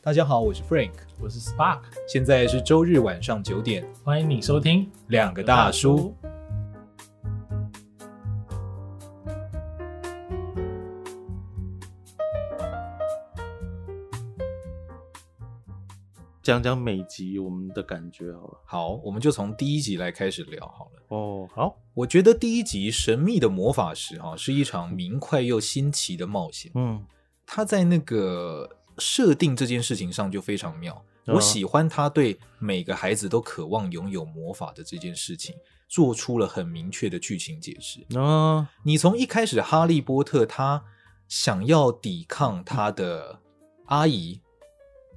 大家好，我是 Frank，我是 Spark，现在是周日晚上九点，欢迎你收听两个大叔。讲讲每集我们的感觉好了。好，我们就从第一集来开始聊好了。哦，好，我觉得第一集《神秘的魔法石》哈、是一场明快又新奇的冒险，嗯，它在那个设定这件事情上就非常妙。嗯我喜欢他对每个孩子都渴望拥有魔法的这件事情做出了很明确的剧情解释。啊，你从一开始，哈利波特他想要抵抗他的阿姨、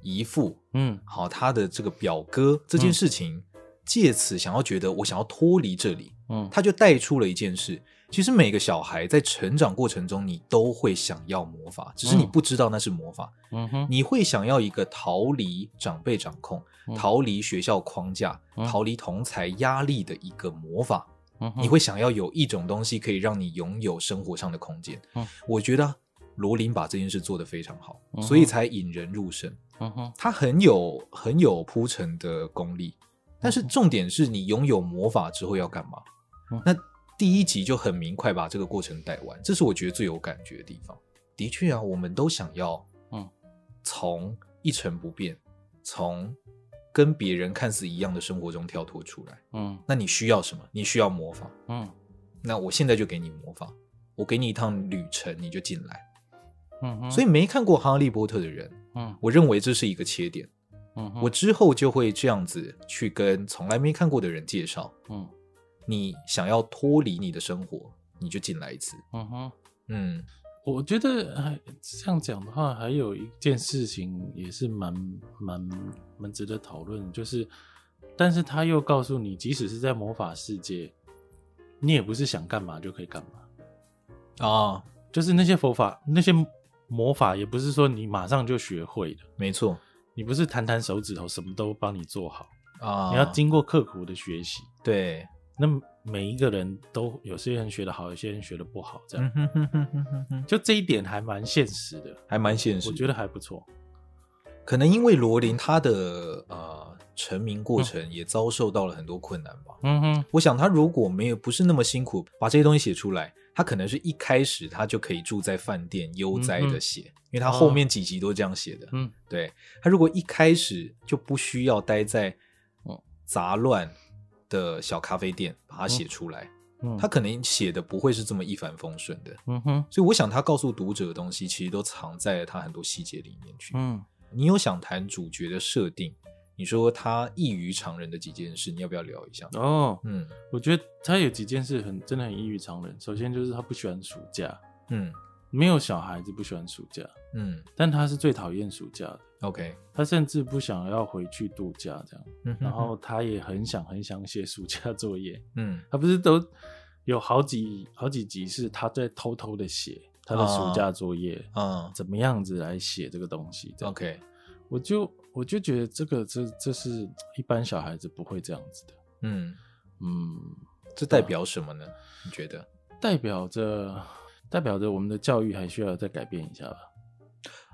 姨父，嗯，好，他的这个表哥这件事情，借此想要觉得我想要脱离这里，嗯，他就带出了一件事。其实每个小孩在成长过程中，你都会想要魔法，只是你嗯不知道那是魔法。嗯哼，你会想要一个逃离长辈掌控、嗯逃离学校框架、嗯逃离同才压力的一个魔法。嗯哼你，会想要有一种东西可以让你拥有生活上的空间。嗯我觉得罗琳把这件事做得非常好，嗯哼所以才引人入胜。嗯哼，他很有很有铺陈的功力，但是重点是你拥有魔法之后要干嘛？嗯那第一集就很明快把这个过程带完，这是我觉得最有感觉的地方。的确啊，我们都想要，嗯，从一成不变，从跟别人看似一样的生活中跳脱出来。嗯那你需要什么？你需要魔法。嗯那我现在就给你魔法，我给你一趟旅程，你就进来。嗯哼，所以，以没看过《哈利波特》的人，嗯我认为这是一个切点。嗯哼，我，之后就会这样子去跟从来没看过的人介绍，嗯你想要脱离你的生活，你就进来一次。嗯哼，嗯，我觉得还这样讲的话，还有一件事情也是蛮蛮蛮值得讨论，就是，但是他又告诉你，即使是在魔法世界，你也不是想干嘛就可以干嘛，啊，就是那些佛法那些魔法也不是说你马上就学会的，没错你不是弹弹手指头什么都帮你做好，啊，哦你要经过刻苦的学习。对，那每一个人都有些人学得好，有些人学得不好，这样、嗯哼哼哼哼哼哼，就这一点还蛮现实的，还蛮现实。我觉得得还不错。可能因为罗琳她的呃成名过程也遭受到了很多困难吧。嗯哼，我想他如果没有不是那么辛苦把这些东西写出来，他可能是一开始他就可以住在饭店悠哉的写，因为他后面几集都这样写的。哦嗯，对他如果一开始就不需要待在嗯杂乱的小咖啡店把哦它写出来，嗯他，可能写的不会是这么一帆风顺的。嗯哼，所以我想他告诉读者的东西，其实都藏在他很多细节里面去。嗯你有想谈主角的设定？你说他异于常人的几件事，你要不要聊一下？哦，嗯我觉得他有几件事很真的很异于常人。首先就是他不喜欢暑假，嗯没有小孩子不喜欢暑假，嗯但他是最讨厌暑假的。 ，OK。他甚至不想要回去度假这样，嗯哼然后他也很想很想写暑假作业。 嗯他不是都有好几好几集是他在偷偷的写他的暑假作业，哦啊怎么样子来写这个东西这样。 ，OK，我就我就觉得这个这这是一般小孩子不会这样子的，嗯，嗯，这代表什么呢？你觉得？代表着代表着我们的教育还需要再改变一下吧。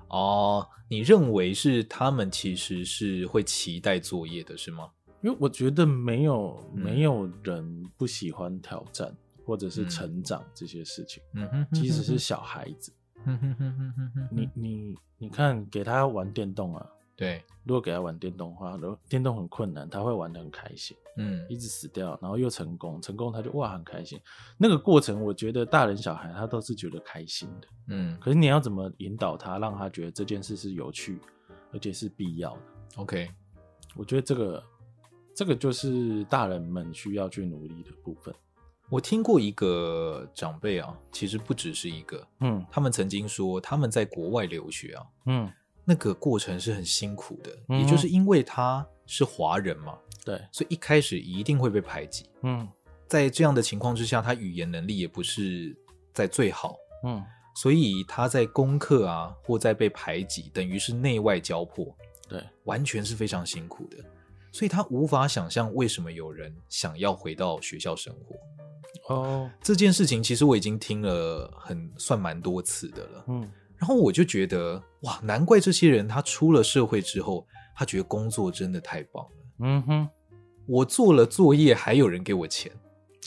哦，你认为是他们其实是会期待作业的，是吗？因为我觉得没有、嗯没有人不喜欢挑战或者是成长这些事情，嗯哼即使是，小孩子，嗯哼哼哼哼哼你你你看，给他玩电动啊，对，如果给他玩电动的话，如果电动很困难，他会玩的很开心，嗯一直死掉，然后又成功，成功他就哇很开心。那个过程，我觉得大人小孩他都是觉得开心的。嗯可是你要怎么引导他，让他觉得这件事是有趣，而且是必要的？ ，OK，我觉得这个这个就是大人们需要去努力的部分。我听过一个长辈啊，其实不只是一个，嗯他们曾经说他们在国外留学啊，嗯那个过程是很辛苦的，嗯也就是因为他是华人嘛，对，所以一开始一定会被排挤。嗯在这样的情况之下，他语言能力也不是在最好，嗯所以他在功课啊，或在被排挤，等于是内外交迫，对，完全是非常辛苦的。所以他无法想象为什么有人想要回到学校生活哦，这件事情。其实我已经听了很算蛮多次的了。嗯然后我就觉得哇，难怪这些人他出了社会之后，他觉得工作真的太棒了。嗯哼，我做了作业，还有人给我钱；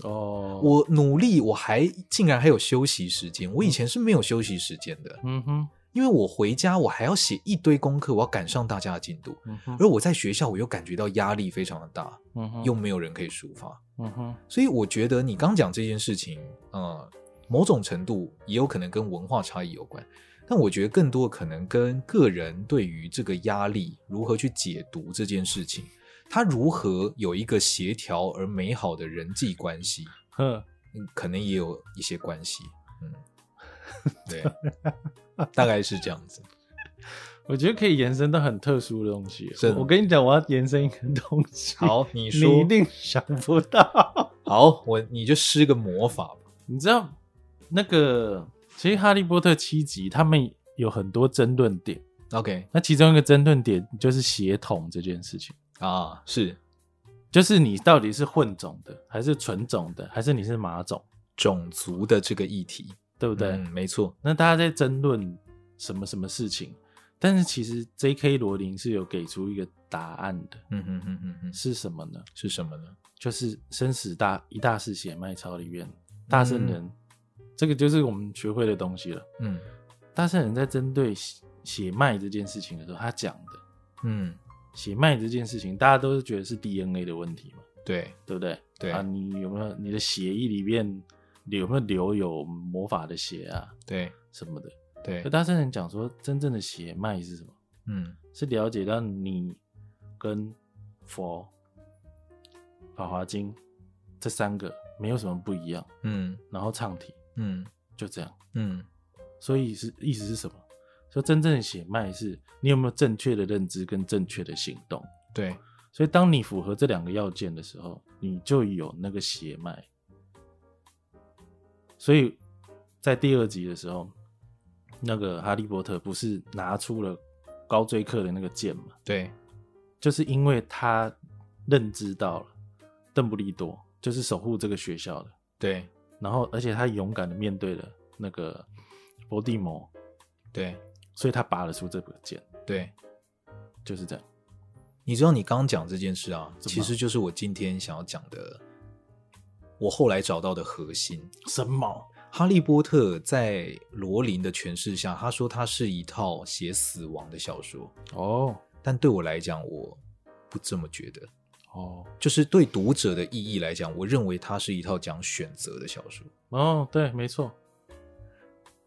哦，，我努力，我还竟然还有休息时间。我以前是没有休息时间的，嗯哼，因为我回家我还要写一堆功课，我要赶上大家的进度。嗯哼，而我在学校，我又感觉到压力非常的大，嗯哼，又，没有人可以抒发，嗯哼，所以我觉得你刚讲这件事情，呃，某种程度也有可能跟文化差异有关，但我觉得更多可能跟个人对于这个压力如何去解读这件事情，他如何有一个协调而美好的人际关系，呵，嗯可能也有一些关系， 嗯，对，大概是这样 子。我觉得可以延伸到很特殊的东西真。的我跟你讲，我要延伸一个东西，，好，你你说，一定想不到。 好，我你就施个魔法吧。你知道那个，其实《哈利波特》七集他们有很多争论点， OK 那其中一个争论点就是血统这件事情，啊，是就是你到底是混种的，还是纯种的，还是你是马种，种族的这个议题，对不对？嗯，没错，那大家在争论什么什么事情，但是其实 J.K. 罗琳是有给出一个答案的，嗯哼哼哼哼，是什么呢？是什么呢？就是生死大一大是血脉潮里面，大圣人、这个就是我们学会的东西了。嗯大圣人在针对血血脉这件事情的时候，他讲的嗯，血脉这件事情，大家都是觉得是 DNA 的问题嘛，对对不对？对啊，你有没有你的血液里面有没有流有魔法的血啊对什么的？可对，大圣人讲说，真正的血脉是什么？嗯是了解到你跟佛、法华经这三个没有什么不一样，嗯然后唱题嗯就这样。嗯所以是意思是什么？说真正的血脉是你有没有正确的认知跟正确的行动。对，所以当你符合这两个要件的时候，你就有那个血脉。所以在第二集的时候，那个哈利波特不是拿出了高追克的那个剑嘛？对，就是因为他认知到了邓布利多就是守护这个学校的，对，然后而且他勇敢的面对了那个伏地魔，对，所以他拔了出这把剑，对，就是这样。你知道你刚刚讲这件事啊，怎么其实就是我今天想要讲的，我后来找到的核心。什么？哈利波特在罗琳的诠释下，他说它是一套写死亡的小说，哦但对我来讲，我不这么觉得。哦就是对读者的意义来讲，我认为它是一套讲选择的小说。哦，对，没错，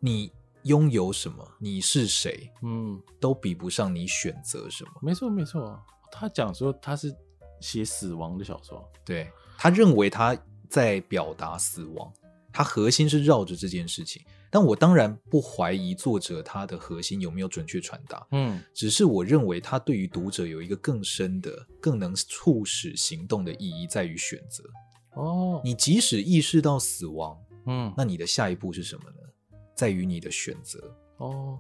你拥有什么，你是谁，嗯，都比不上你选择什么。没错没错。他讲说他是写死亡的小说，对他认为他在表达死亡，他核心是绕着这件事情。但我当然不怀疑作者他的核心有没有准确传达，嗯只是我认为他对于读者有一个更深的、更能促使行动的意义在于选择。哦，你即使意识到死亡，嗯嗯那你的下一步是什么呢？在于你的选择。哦，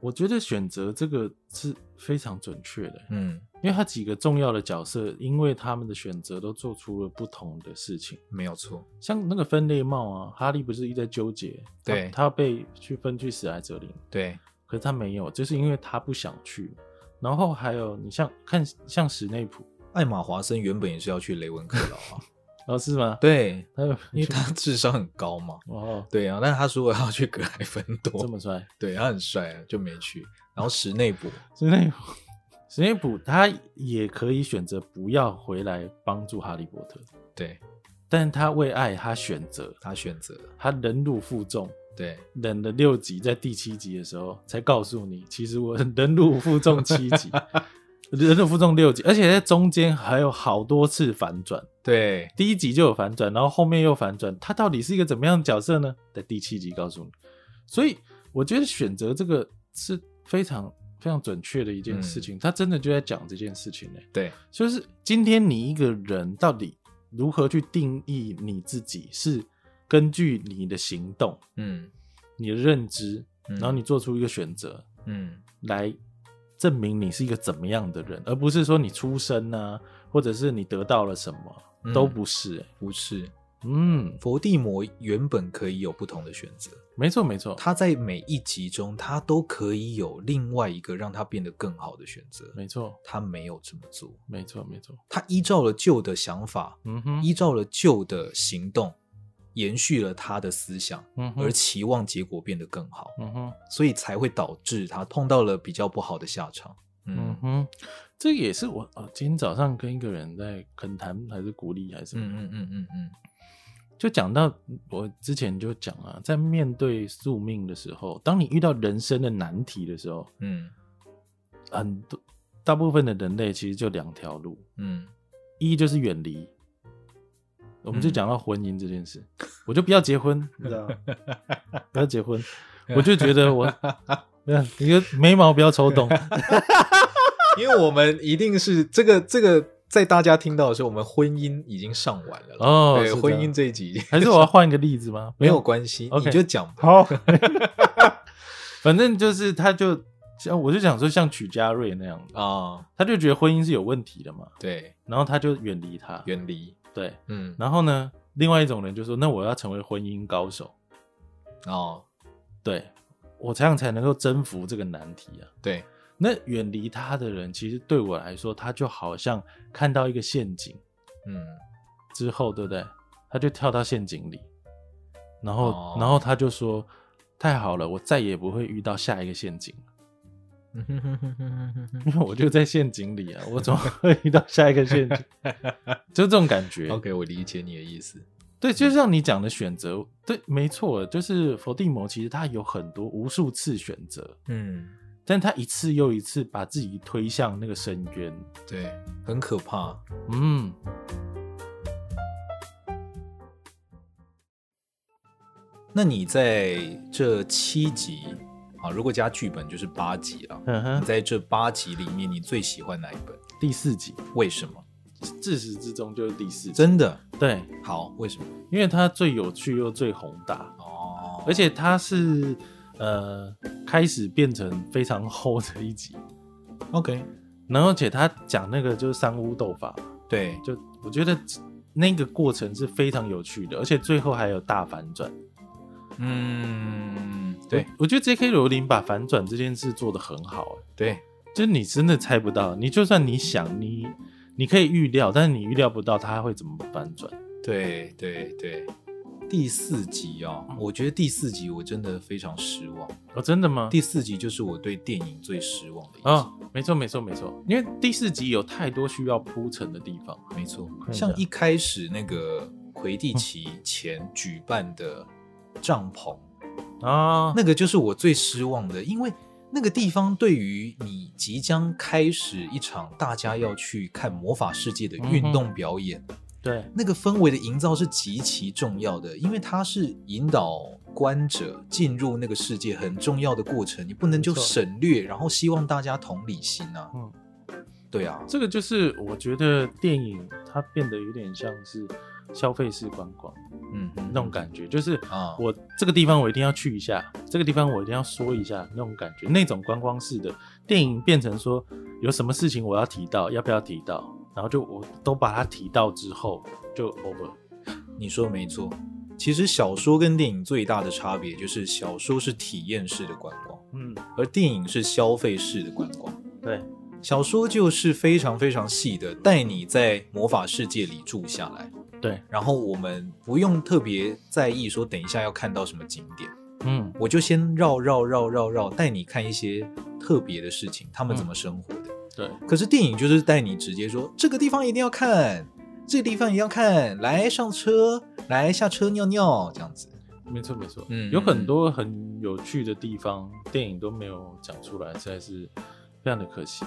我觉得选择这个是非常准确的。嗯，因为他几个重要的角色，因为他们的选择都做出了不同的事情。没有错。像那个分类帽啊，哈利不是一直在纠结，他对他被去分去史莱哲林，对，可是他没有，就是因为他不想去。然后还有你像看像史内普，艾玛华森原本也是要去雷文克劳啊，哦是吗？，对，他有因为他智商很高嘛。哦对啊，但是他说要去格莱芬这多，么帅，对他很帅啊，就没去。然后史内普，史内普 史内普他也可以选择不要回来帮助哈利波特，对但他为爱他选择，他选择了，他忍辱负重，对忍了六集，在第七集的时候才告诉你，其实我忍辱负重七集，忍辱负重六集，而且在中间还有好多次反转。对第一集就有反转，然后后面又反转，他到底是一个怎么样的角色呢？在第七集告诉你。所以我觉得选择这个是非常非常准确的一件事嗯情，他真的就在讲这件事情呢、欸对，就是今天你一个人到底如何去定义你自己，是根据你的行动。嗯你的认知，嗯然后你做出一个选择嗯来证明你是一个怎么样的人，而不是说你出生啊，或者是你得到了什么，嗯都不是、欸不是，嗯，伏地魔原本可以有不同的选择，没错没错，他在每一集中，他都可以有另外一个让他变得更好的选择。没错他没有这么做，没错没错，他依照了旧的想法，嗯哼，依照了旧的行动，延续了他的思想，嗯哼而期望结果变得更好，嗯哼。所以才会导致他碰到了比较不好的下场。嗯嗯哼，这也是我哦，今天早上跟一个人在恳谈，还是鼓励，还是什么的嗯嗯嗯嗯嗯，就讲到我之前就讲啊，在面对宿命的时候，当你遇到人生的难题的时候，嗯很多大部分的人类其实就两条路，嗯一就是远离。我们就嗯讲到婚姻这件事，我就不要结婚，你知 道吗？不要结婚，嗯我就觉得我， 不要你的眉毛不要抽动，因为我们一定是这个这个，在大家听到的时候，我们婚姻已经上完了啦哦对，是的婚姻这一集还是我要换一个例子吗？没有关系， OK 你就讲吧。好，反正就是他就像我就想说像曲家瑞那样的，啊，他就觉得婚姻是有问题的嘛，对，然后他就远离他，远离，对，嗯，然后呢，另外一种人就说，那我要成为婚姻高手，哦，对我这样才能够征服这个难题啊。对，那远离他的人，其实对我来说，他就好像看到一个陷阱 嗯，之后，对不对？他就跳到陷阱里，然后，哦然后他就说：“太好了，我再也不会遇到下一个陷阱了。”因为我就在陷阱里啊，我总会遇到下一个陷阱，就这种感觉。 OK，我理解你的意思。对，就像你讲的选择，对，没错，就是伏地魔，其实他有很多无数次选择，嗯，但他一次又一次把自己推向那个深渊。对，很可怕。嗯，那你在这七集啊，如果加剧本就是八集了。嗯你哼，在这八集里面，你最喜欢哪一本？第四集，为什么？自始至终就是第四集，真的对，好？为什么？因为它最有趣又最宏大，哦，而且它是呃开始变成非常 厚的一集， OK，然后而且他讲那个就是三巫斗法嘛。对，就我觉得那个过程是非常有趣的，而且最后还有大反转。嗯，对我，我觉得 J.K. 罗琳把反转这件事做得很好、欸，对，就是你真的猜不到，你就算你想，你你可以预料，但是你预料不到他会怎么反转。对，对，对。第四集哦，我觉得第四集我真的非常失望。哦，真的吗？第四集就是我对电影最失望的一集。哦，没错没错没错，因为第四集有太多需要铺陈的地方。没错，一像下一开始那个魁地奇前举办的帐篷，啊，那个就是我最失望的，因为那个地方对于你即将开始一场大家要去看魔法世界的运动表演，对，那个氛围的营造是极其重要的，因为它是引导观者进入那个世界很重要的过程，你不能就没错省略，然后希望大家同理心啊，嗯，对啊，这个就是我觉得电影它变得有点像是消费式观光嗯，嗯那种感觉，就是啊，我这个地方我一定要去一下，这个地方我一定要说一下，那种感觉，那种观光式的电影变成说有什么事情我要提到，要不要提到，然后就我都把它提到之后就 over。你说的没错，其实小说跟电影最大的差别就是小说是体验式的观光，嗯，而电影是消费式的观光。对，小说就是非常非常细的，带你在魔法世界里住下来，对，然后我们不用特别在意说等一下要看到什么景点，嗯我就先绕绕绕绕绕，带你看一些特别的事情，他们怎么生活的。对，可是电影就是带你直接说这个地方一定要看，这个地方一定要看，来上车，来下车尿尿这样子。没错没错，嗯有很多很有趣的地方，电影都没有讲出来，实在是非常的可惜。